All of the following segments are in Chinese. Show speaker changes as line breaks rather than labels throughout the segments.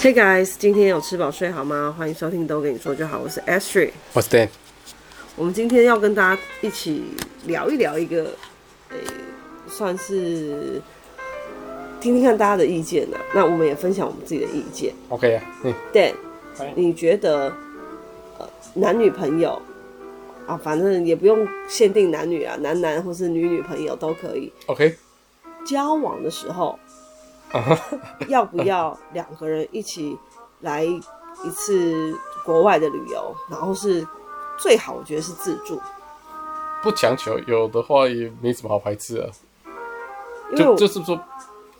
Hey guys，今天有吃饱睡好吗？欢迎收听都跟你说就好，我是 Astrid。
我是 Dan，
我们今天要跟大家一起聊一聊一个，呃、算是听听看大家的意见呢、那我们也分享我们自己的意见。
OK 啊，嗯，
Dan，
嗨
你觉得呃男女朋友啊，反正也不用限定男女啊，男男或是女女朋友都可以。
OK，
交往的时 候
啊哈
要不要两个人一起来一次国外的旅游，然后是最好我觉得是自助，
不强求，有的话也没什么好排斥啊，
因为
就
我
就是说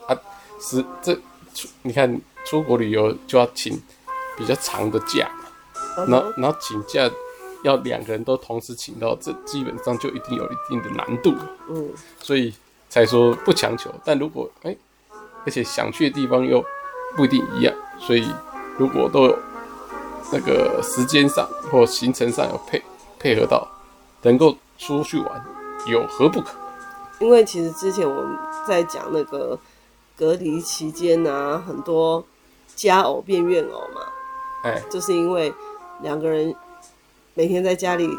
啊，是这出你看出国旅游就要请比较长的假，
嗯
然后
哼
然后请假要两个人都同时请到，这基本上就一定有一定的难度，
嗯
所以才说不强求。但如果哎、而且想去的地方又不一定一样，所以如果都有那个时间上或行程上有配配合到，能够出去玩，有何不可？
因为其实之前我们在讲那个隔离期间啊，很多家偶变怨偶嘛，
哎、
就是因为两个人每天在家里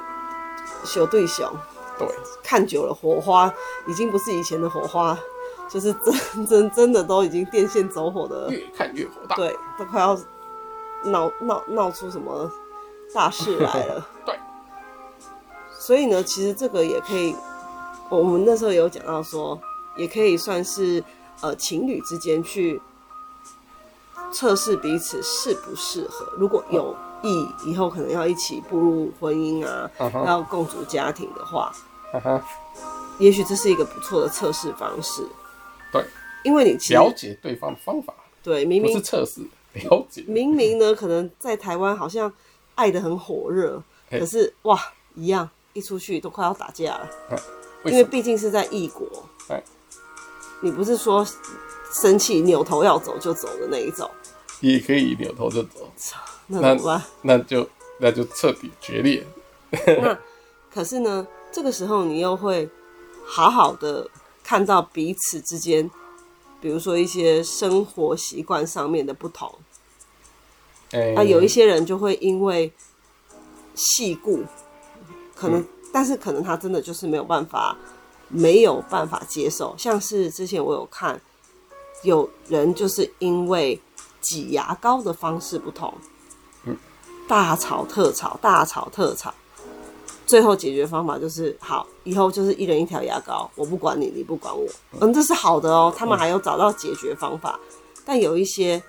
秀对熊，
对，
看久了火花已经不是以前的火花，就是真真真的都已经电线走火的。
越看越火大。
嗯对，都快要闹闹闹出什么大事来了。
对，
所以呢，其实这个也可以，我我们那时候有讲到说，也可以算是呃情侣之间去测试彼此适不适合，如果有意以后可能要一起步入婚姻啊，
嗯哼
要共组家庭的话，
哈哈，
也许这是一个不错的测试方式，
对，
因为你其实
了解对方的方法
对明
不
明
是测试，了解。
明明呢，可能在台湾好像爱的很火热，
嘿
可是哇，一样一出去都快要打架了，
哎为
因为
什么？
毕竟是在异国，
哎，
你不是说生气扭头要走就走的那一种，
也可以扭头就走，
那
那
怎么办？
那就那就彻底决裂。
那可是呢，这个时候你又会好好的看到彼此之间，比如说一些生活习惯上面的不同，
哎、
啊，有一些人就会因为细故，可能，但是可能他真的就是没有办法，没有办法接受。像是之前我有看，有人就是因为挤牙膏的方式不同，大吵特吵，大吵特吵。最后解决方法就是好，以后就是一人一条牙膏，我不管你，你不管我，嗯，这是好的哦。他们还有找到解决方法，但有一些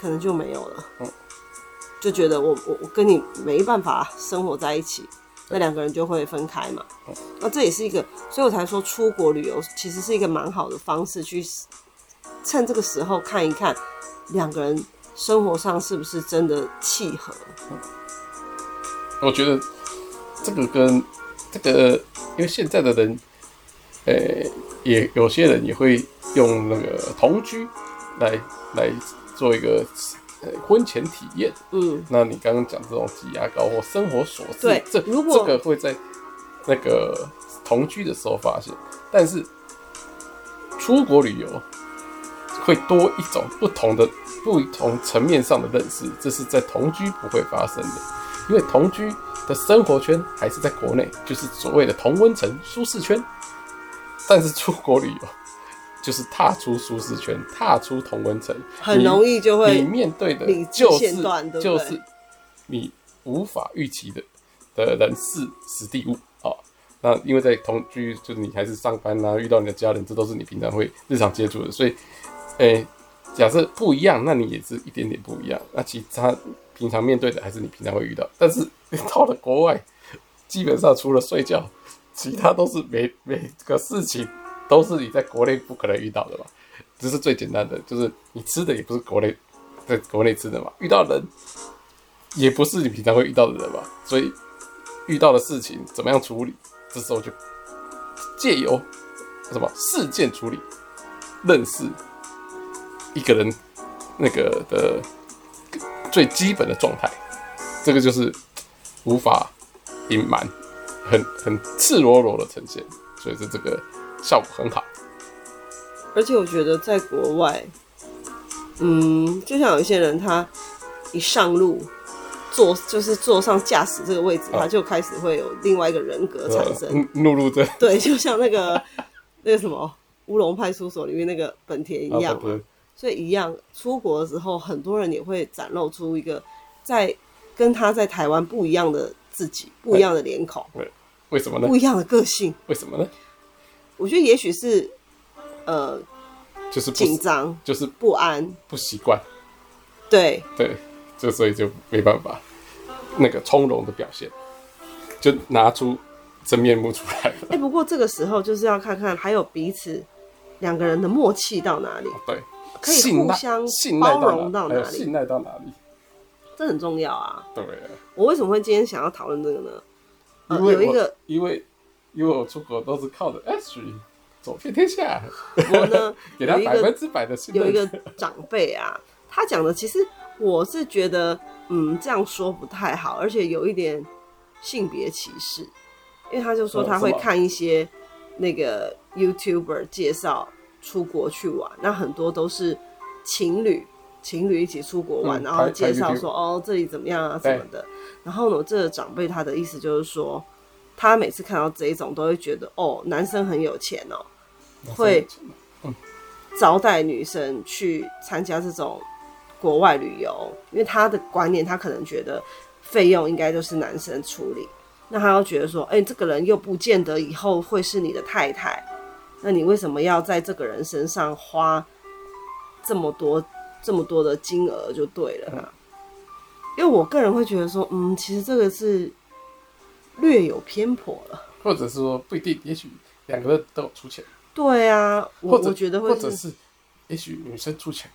可能就没有了，
嗯
就觉得我我我跟你没办法生活在一起，那两个人就会分开嘛。那这也是一个，所以我才说出国旅游其实是一个蛮好的方式，去趁这个时候看一看两个人生活上是不是真的契合。
我觉得这个跟这个，因为现在的人，呃，也有些人也会用那个同居来来做一个呃婚前体验。
嗯，
那你刚刚讲这种挤牙膏或生活琐事，
对
这
如果
这个会在那个同居的时候发现，但是出国旅游会多一种不同的不同层面上的认识，这是在同居不会发生的，因为同居的生活圈还是在国内，就是所谓的同温层舒适圈，但是出国旅游。就是踏出舒适圈，踏出同温层，
很
你
容易就会
你面对的
理智
就
线
是
段对不对
就是你无法预期的的人事实地物啊、哦。那因为在同居，就是你还是上班啊，遇到你的家人，这都是你平常会日常接触的，所以，诶、假设不一样，那你也是一点点不一样。那其他平常面对的还是你平常会遇到，但是 到了国外，基本上除了睡觉，其他都是每每个事情都是你在国内不可能遇到的嘛。这是最简单的，就是你吃的也不是国内在国内吃的嘛，遇到人也不是你平常会遇到的人嘛，所以遇到的事情怎么样处理，这时候就借由呃什么事件处理，认识一个人那个的最基本的状态，这个就是无法隐瞒，很很赤裸裸的呈现，所以这这个效果很好。
而且我觉得在国外，嗯，就像有一些人他一上路坐就是坐上驾驶这个位置，他就开始会有另外一个人格产生。
呃怒路症，
对，就像那个那个什么乌龙派出所里面那个本田一样
啊，对
所以一样，出国的时候，很多人也会展露出一个在跟他在台湾不一样的自己，不一样的脸孔，
哎为什么呢
不？一样的个性。
为什么呢？
我觉得也许是呃
就是不
紧张、
就是
不安，
不习惯，
对，
对，就所以就没办法那个从容的表现，就拿出真面目出 来了。
哎、不过这个时候就是要看看还有彼此两个人的默契到哪里，
对，
可以
信赖
互相
信赖
包容
到
到
哪里？
哪
还有
里
信赖到哪里？
这很重要啊。
对啊，
我为什么会今天想要讨论这个呢？呃，
因为
有一
我
个
因为因为我出国都是靠着 S 走遍天下，
我呢
给他
有一
百
个
分之百的信
有一
任
个。长辈啊，他讲的其实我是觉得，嗯，这样说不太好，而且有一点性别歧视，因为他就说
哦
他会
什么
看一些那个 YouTuber 介绍出国去玩，那很多都是情侣。情侣一起出国玩，
嗯
然后
拍哎
介绍
拍
说哦这里怎么样啊
对
什么的。然后呢，这个长辈他的意思就是说，他每次看到这一种都会觉得哦男生很有钱哦，会招待女生去参加这种国外旅游，因为他的观念，他可能觉得费用应该就是男生处理，那他又觉得说，哎、这个人又不见得以后会是你的太太，那你为什么要在这个人身上花这么多这么多的金额就对了啦？因为我个人会觉得说，嗯，其实这个是略有偏颇了。
或者是说不一定，也许两个人都有出钱，
对啊，
或
我
者
我觉得会
或者是也许女生出钱，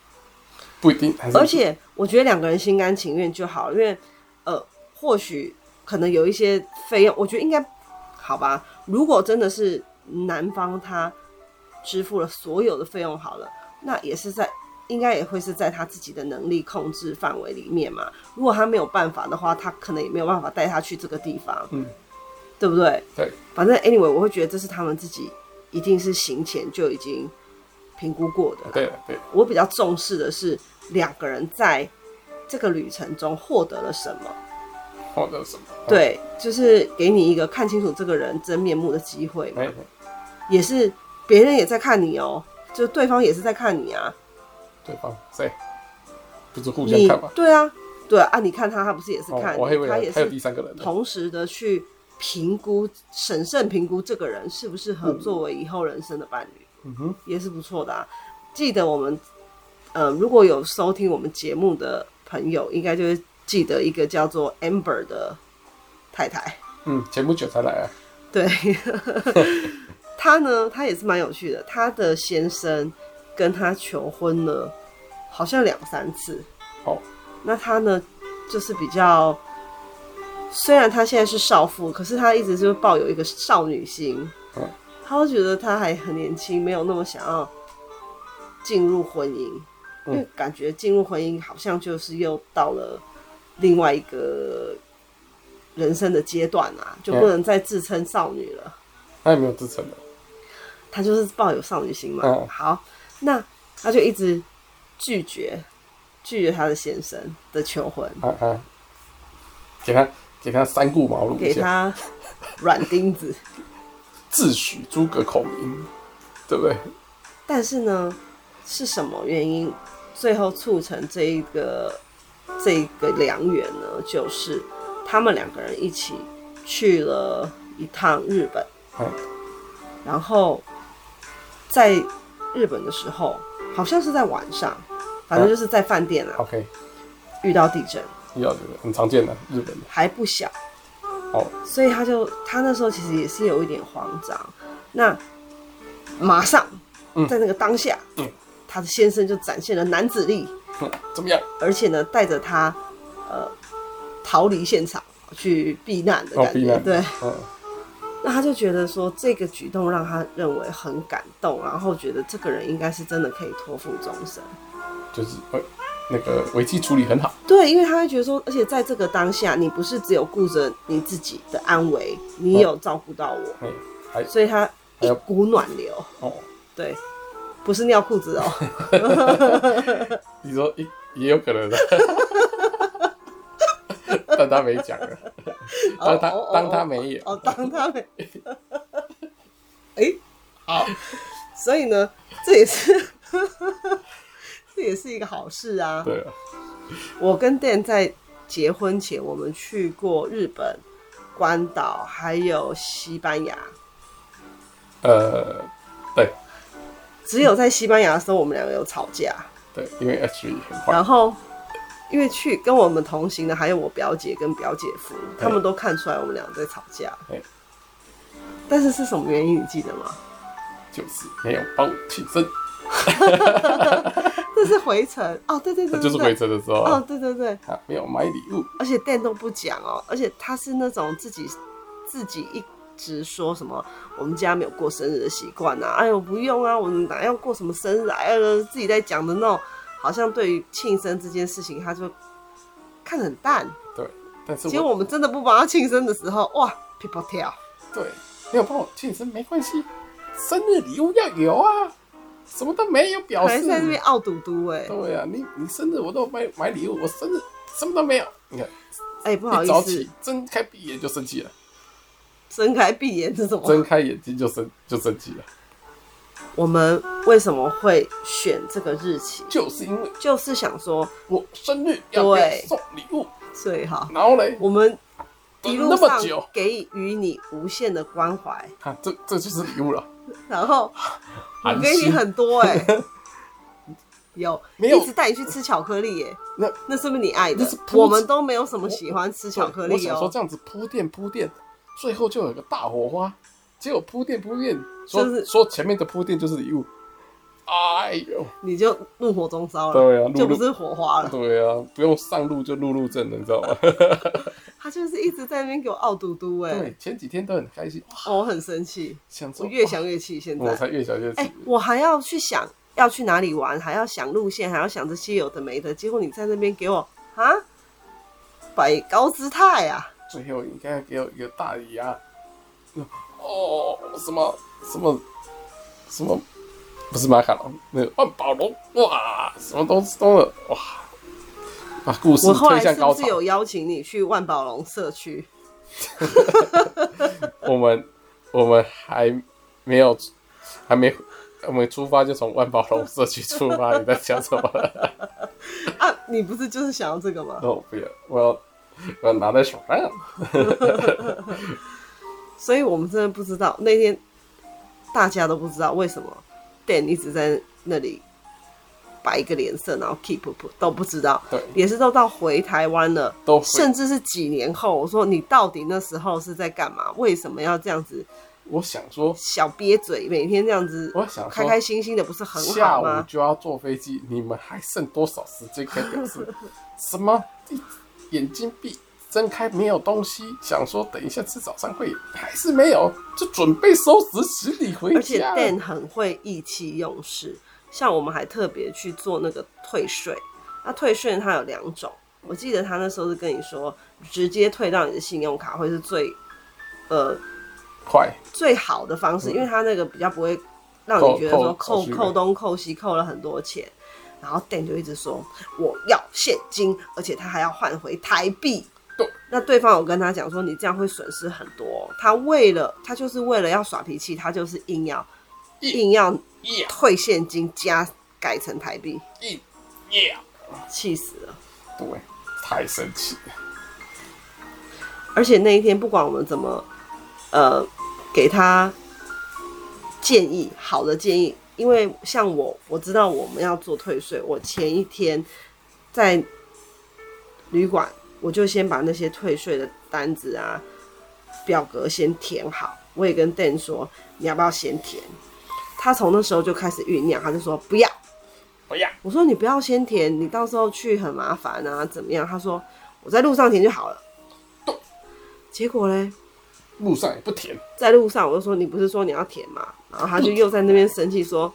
不一定，还是
而且我觉得两个人心甘情愿就好，因为呃，或许可能有一些费用，我觉得应该好吧。如果真的是男方他支付了所有的费用好了，那也是在应该也会是在他自己的能力控制范围里面嘛。如果他没有办法的话，他可能也没有办法带他去这个地方，
嗯，
对不对？
对，
反正 anyway，我会觉得这是他们自己一定是行前就已经评估过的啦。
对了对了，
我比较重视的是两个人在这个旅程中获得了什么。
或者什么，哦
对，就是给你一个看清楚这个人真面目的机会嘛
哎，，
也是别人也在看你哦、就对方也是在看你啊。
对方谁不是互相
你
看吗？
对啊，对啊，啊你看他，他不是也是
哦
看，你，
我还以为
他
还
也
有还有
是
第三个人呢，
同时的去评估、审慎评估这个人适不适合作为以后人生的伴侣。
嗯哼，
也是不错的啊。记得我们，呃，如果有收听我们节目的朋友，应该就会记得一个叫做 Amber 的太太。
嗯，前不久才来啊，
对， 她呢，她也是蛮有趣的。她的先生跟她求婚了，好像两三次。
哦，
那她呢，就是比较，虽然她现在是少妇，可是她一直就抱有一个少女心
嗯。
她会觉得她还很年轻，没有那么想要进入婚姻，因
嗯
为感觉进入婚姻好像就是又到了另外一个人生的阶段啊，就不
嗯
能再自称少女了。
他也没有支撑的，
她就是抱有少女心嘛。
嗯
好，那她就一直拒绝拒绝她的先生的求婚，
啊啊，给他给他三顾茅庐一
给
下，
她软钉子。
自诩诸葛孔明，对不对？
但是呢，是什么原因最后促成这一个这一个良缘呢？就是他们两个人一起去了一趟日本，
嗯
然后在日本的时候，好像是在晚上，反正就是在饭店啊、
，OK，
遇到地震，
遇到这个很常见的日本的，
还不小，
哦，
所以他就他那时候其实也是有一点慌张。那马上
嗯
在那个当下，
嗯
他的先生就展现了男子力，
哼嗯怎么样？
而且呢带着他呃逃离现场去避难的
哦
感
避
觉。
难
对，
嗯，
那他就觉得说这个举动让他认为很感动，然后觉得这个人应该是真的可以托付终身。
就是呃那个危机处理很好，
对，因为他会觉得说，而且在这个当下，你不是只有顾着你自己的安危，你
哦
也有照顾到我，
嗯，还
所以他
还
一
有
股暖流，
哦，
对，不是尿裤子 哦。
你说也也有可能的， 但他没讲啊。 当他
哦哦哦
当他没有，
哦，当他们， 哎、好，所以呢，这也是 这也是一个好事啊。
对啊，
我跟 Dan 在结婚前，我们去过日本、关岛，还有西班牙。
呃，对
只有在西班牙的时候，我们两个有吵架。
对，因为 H 很坏，
然后，因为去跟我们同行的还有我表姐跟表姐夫，他
哎
们都看出来我们两个在吵架
对。
但是是什么原因你记得吗？
就是没有帮我庆生，
这是回程哦，对对对
那
对
就是
对
回程的时候
哦，
啊，
对对对，
啊没有买礼物，
而且 Dan 都不讲哦，而且他是那种自己自己一直说什么我们家没有过生日的习惯啊，哎呦不用啊，我们哪要过什么生日啊，哎呦自己在讲的那种，好像对于庆生这件事情，他就看得很淡。
对，但是
结
我
果我们真的不帮他庆生的时候，哇，people 跳，
对没有帮我庆生没关系，生日礼物要有啊，什么都没有表
还
示，
在那边傲嘟嘟哎、
对啊，你你生日我都买买礼物，我生日什么都没有，你看
哎、不好
一
意
早
思
起，睁开闭眼就生气了，
睁开闭眼是什么？
睁开眼睛就生就生气了，
我们为什么会选这个日期？
就是因为
就是想说
我生日要给我
对
送礼物，
最好，
然后嘞，
我们一路
那
上
么久，
给予你无限的关怀，
啊，这这就是礼物了，
然后我
寒
给你
心。
很多哎、有
没有
一直带你去吃巧克力耶、
那
那是不是你爱的
那是？铺
我们都没有什么喜欢吃巧克
我
力
想说
哦、
这样子铺垫铺垫，最后就有个大火花，结果铺垫铺垫，说、
就是
说前面的铺垫就是礼物，哎呦，
你就怒火中烧了，
对啊怒
就不
怒
是火花了。
对啊，不用上路就路路症了，你知道吗？
他就是一直在那边给我傲嘟嘟哎、
对，前几天都很开心，哇
哦，我很生气，
想说
我越
哇
想越气。现
我
在，
才越想越气
哎、我还要去想要去哪里玩，还要想路线，还要想这些有的没的。结果你在那边给我啊，摆高姿态啊！
最后应该给我一个大礼啊！哦，什么什么什么，不是马卡龙，那个万宝龙，哇，什么东西都了，哇，把故事
我后
推
来
向
是不
高
是
潮。
有邀请你去万宝龙社区？
我们我们还没有还没我们出发就从万宝龙社区出发，你在讲什么？
啊，你不是就是想要这个吗？
那我不要，我要我要拿在手上。
所以我们真的不知道那天大家都不知道为什么 Dan 一直在那里摆一个脸色，然后 keep 不都不知道，
对
也是都到回台湾了，
都回
甚至是几年后，我说你到底那时候是在干嘛？为什么要这样子
我想说，
小憋嘴，每天这样子
我想说
开开心心的，不是很
下
好
午
吗？
就要坐飞机，你们还剩多少时间可以 表示？什么？一眼睛闭，睁开没有东西，想说等一下吃早餐会，还是没有，就准备收拾行李回
而且
家。
Dan 很会意气用事，像我们还特别去做那个退税。那退税它有两种，我记得他那时候是跟你说，直接退到你的信用卡会是最呃
快，
最好的方式，因为它那个比较不会让你觉得说
扣
扣
扣手续费
扣东扣西扣了很多钱。然后 Dan 就一直说我要现金，而且他还要换回台币
对。
那对方有跟他讲说你这样会损失很多，他为了他就是为了要耍脾气，他就是硬要
硬
硬要
耶
退现金加改成台币，
耶耶！
气死了。
对，太神奇了。
而且那一天不管我们怎么，呃，给他建议，好的建议，因为像我，我知道我们要做退税，我前一天在旅馆，我就先把那些退税的单子啊、表格先填好，我也跟 Dan 说，你要不要先填？他从那时候就开始酝酿，他就说不要。
不要，
我说你不要先填，你到时候去很麻烦啊，怎么样？他说我在路上填就好了。结果嘞，
路上也不甜，
在路上我就说你不是说你要填吗？然后他就又在那边生气说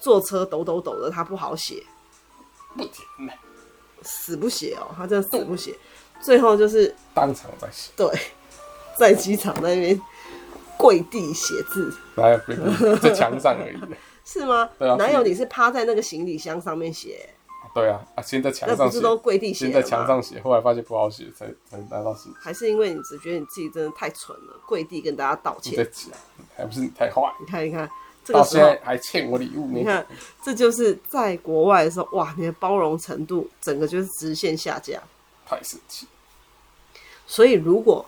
坐车抖抖抖的，他不好写，
不甜呢，
死不写哦，他真的死不写。最后就是
当场在洗，
对，在机场那边跪地写字，
哪有不在墙上而已。
是吗？
对啊
哪有你是趴在那个行李箱上面写？
对啊，啊，先在墙
那不
上
是
写，
都跪地写
先
的
在
吗？
墙上写，后来发现不好写，才才拿到信，
还是因为你只觉得你自己真的太蠢了，跪地跟大家道
你在
歉。
讲，还不是你太坏，
你看，你看，这
到
个时
现
候
在还欠我礼物没
你
给
看，这就是在国外的时候，哇，你的包容程度整个就是直线下降。
太生气。
所以如果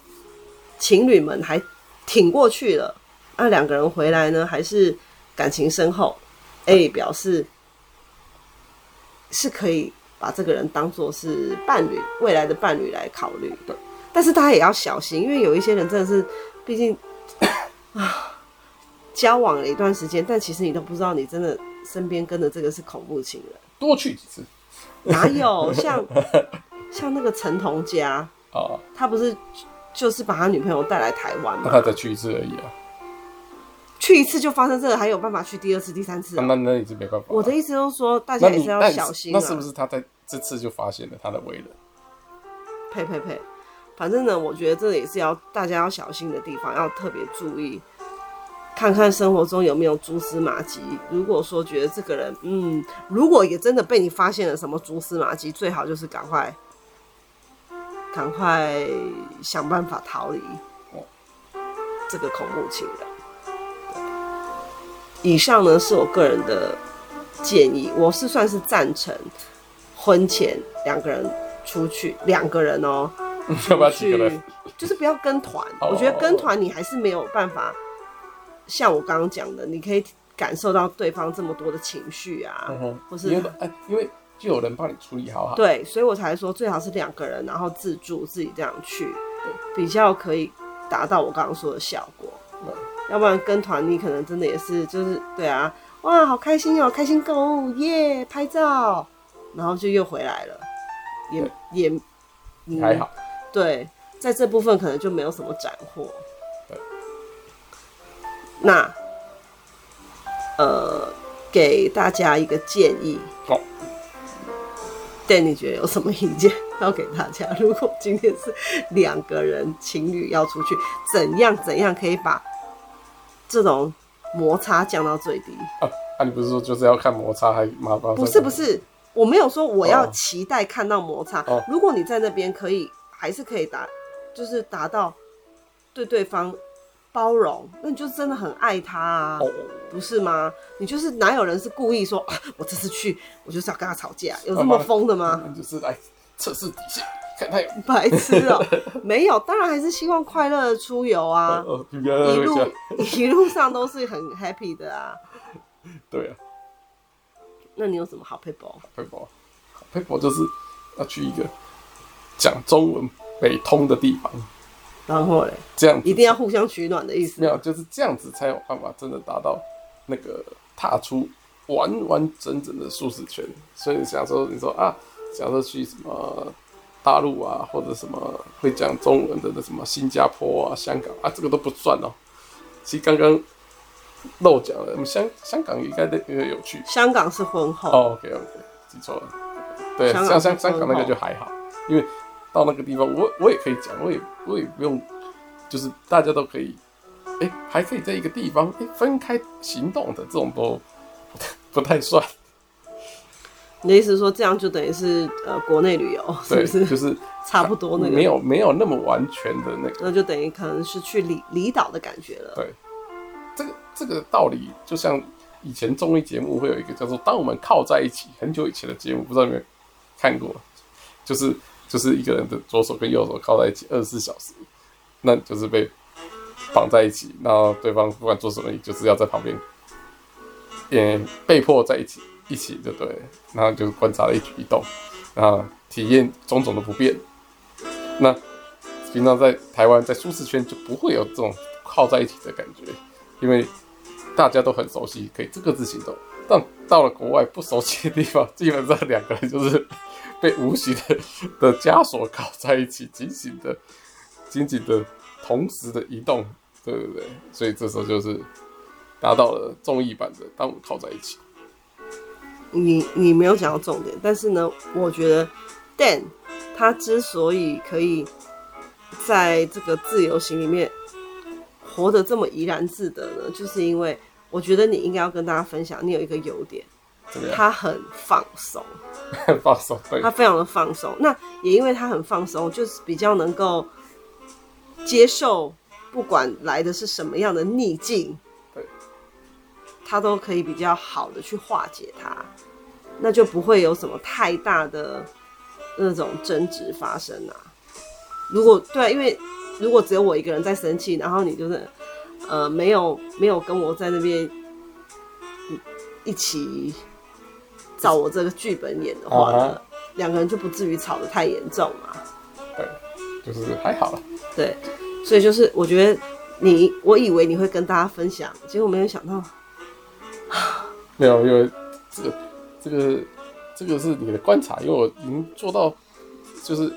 情侣们还挺过去了，那两个人回来呢，还是感情深厚，A 表示是可以把这个人当做是伴侣，未来的伴侣来考虑。
对，
但是大家也要小心，因为有一些人真的是，毕竟 啊，交往了一段时间，但其实你都不知道，你真的身边跟的这个是恐怖情人，
多去几次
哪有像 像那个陈同佳。
啊，
他不是就是把他女朋友带来台湾
那他
嘛？
再去一次而已啊，
去一次就发生这个，还有办法去第二次、第三次
那
啊、
那那你是没办法啊。
我的意思就是说，大
那
家也
你
是要
那你
小心、啊
那是不是他在这次就发现了他的为人？
呸呸呸！反正呢，我觉得这也是要大家要小心的地方，要特别注意，看看生活中有没有蛛丝马迹。如果说觉得这个人，嗯，如果也真的被你发现了什么蛛丝马迹，最好就是赶快，赶快想办法逃离
哦
这个恐怖情人。对以上呢是我个人的建议，我是算是赞成婚前两个人出去，两个人哦、
要不要几个人？
就是不要跟团。
哦
我觉得跟团你还是没有办法，像我刚刚讲的，你可以感受到对方这么多的情绪啊，
嗯哼
或
因
是
为哎，因为就有人帮你处理好好。
对，所以我才说最好是两个人，然后自助自己这样去，比较可以达到我刚刚说的效果。
对
要不然跟团你可能真的也是就是对啊，哇，好开心哦，开心购物耶拍照，然后就又回来了，也也、嗯
还好，
对，在这部分可能就没有什么斩获。
对
那呃，给大家一个建议，
好，
但你觉得有什么意见要给大家？如果今天是两个人情侣要出去，怎样怎样可以把这种摩擦降到最低？
啊，啊，你不是说就是要看摩擦还麻烦？
不是不，是，我没有说我要
哦
期待看到摩擦。
哦
如果你在那边可以，还是可以达，就是达到对对方包容，那你就真的很爱他啊，
哦，
不是吗？你就是哪有人是故意说啊，我这次去我就是要跟他吵架，有这么
哦好吧
疯的吗？
那就是来测试底线，看他有
白痴哦、没有，当然还是希望快乐的出游 啊，
哦，一
一路 一路上都是很 happy 的啊。
对啊，
那你有什么好 people？
佩博，佩博就是要去一个讲中文北通的地方，
然后嘞，
这样子
一定要互相取暖的意思
没。有就是这样子才有办法真的达到那个踏出完完整整的舒适圈。所以想说，你说啊，想说去什么大陆啊，或者什么会讲中文的那什么新加坡啊、香港啊，这个都不算哦。其实刚刚漏讲了，我们香香港应该也有去。
香港是婚后，
哦，OK OK，记错了。对，
香
像
港
像
是
香港那个就还好，因为到那个地方，我我也可以讲，我也我也不用，就是大家都可以，哎、还可以在一个地方哎、诶分开行动的这种都 不太算，
你的意思是说这样就等于是呃国内旅游，是
对，
不是？
就是
差不多那个
没有没有那么完全的那个，
那就等于可能是去离离岛的感觉了。
对，这个这个道理就像以前综艺节目会有一个叫做“当我们靠在一起”，很久以前的节目，不知道你们有没有看过，就是就是一个人的左手跟右手靠在一起二十四小时，那就是被绑在一起，然后对方不管做什么，你就是要在旁边，也被迫在一起一起，就对了，然后就观察了一举一动，然后体验种种的不便，那。平常在台湾在舒适圈就不会有这种靠在一起的感觉，因为大家都很熟悉，可以各自行动。但到了国外不熟悉的地方，基本上两个人就是被无形的的枷锁铐在一起，紧紧的、 紧紧的同时的移动，对不对？所以这时候就是达到了综艺版的“当我们靠在一起
你你没有讲到重点，但是呢，我觉得 Dan 他之所以可以在这个自由行里面活得这么怡然自得呢，就是因为我觉得你应该要跟大家分享，你有一个优点，
怎么样？
他很放松，
很放松，对
他，非常的放松。那也因为他很放松，就是比较能够接受，不管来的是什么样的逆境，
对，
他都可以比较好的去化解它，那就不会有什么太大的那种争执发生啊。如果对啊、因为如果只有我一个人在生气，然后你就是呃没有没有跟我在那边嗯一起照我这个剧本演的话
啊
呢
哈，
两、个人就不至于吵得太严重嘛。
对，就是还好了。
对，所以就是我觉得你，我以为你会跟大家分享，结果没有想到，
没有，因为这个这个这个是你的观察，因为我已经做到就是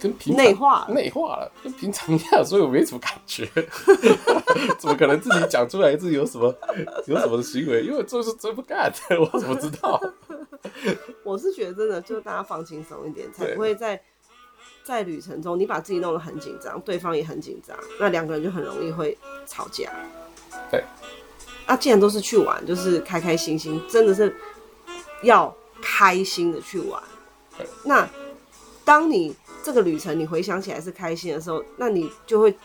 跟平常
内化了
内化了，跟平常一样，所以我没什么感 觉。怎么可能自己讲出来自己有什么有什么行为？因为我就是真不干， 我怎么知道？
我是觉得真的就大家放轻松一点，才
对
不会在在旅程中你把自己弄得很紧张，对方也很紧张，那两个人就很容易会吵架。
对，
那既然都是去玩，就是开开心心，真的是要开心的去玩
对。
那当你这个旅程你回想起来是开心的时候，那你就会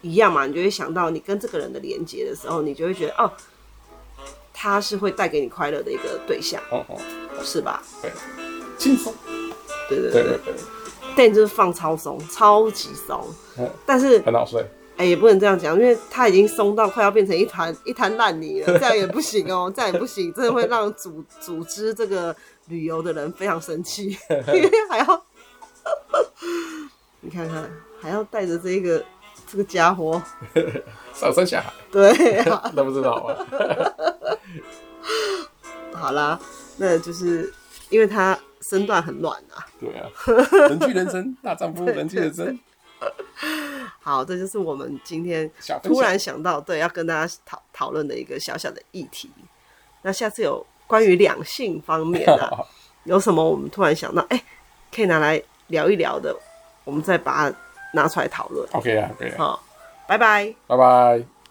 一样嘛，你就会想到你跟这个人的连接的时候，你就会觉得哦，他是会带给你快乐的一个对象，
哦哦，
是吧？
对，轻松，
对对
对
对
对对，
但就是放超松，超级松
嗯。
但是
很好睡。
哎、也不能这样讲，因为它已经松到快要变成一团一滩烂泥了，这样也不行哦、这样也不行，真的会让组组织这个旅游的人非常生气，因为还要， 你看看还要带着这个这个家伙，
上山下海，
对啊，
那不是很好玩？
好啦，那就是因为他身段很软啊。
对啊，人去人生，大丈夫，人去人生，
好，这就是我们今天
小分享
突然想到，对，要跟大家讨讨论的一个小小的议题。那下次有关于两性方 面啊，有什么我们突然想到，哎、可以拿来聊一聊的，我们再把它拿出来讨论。
OK 啊，可以啊，
好，拜拜。
拜拜。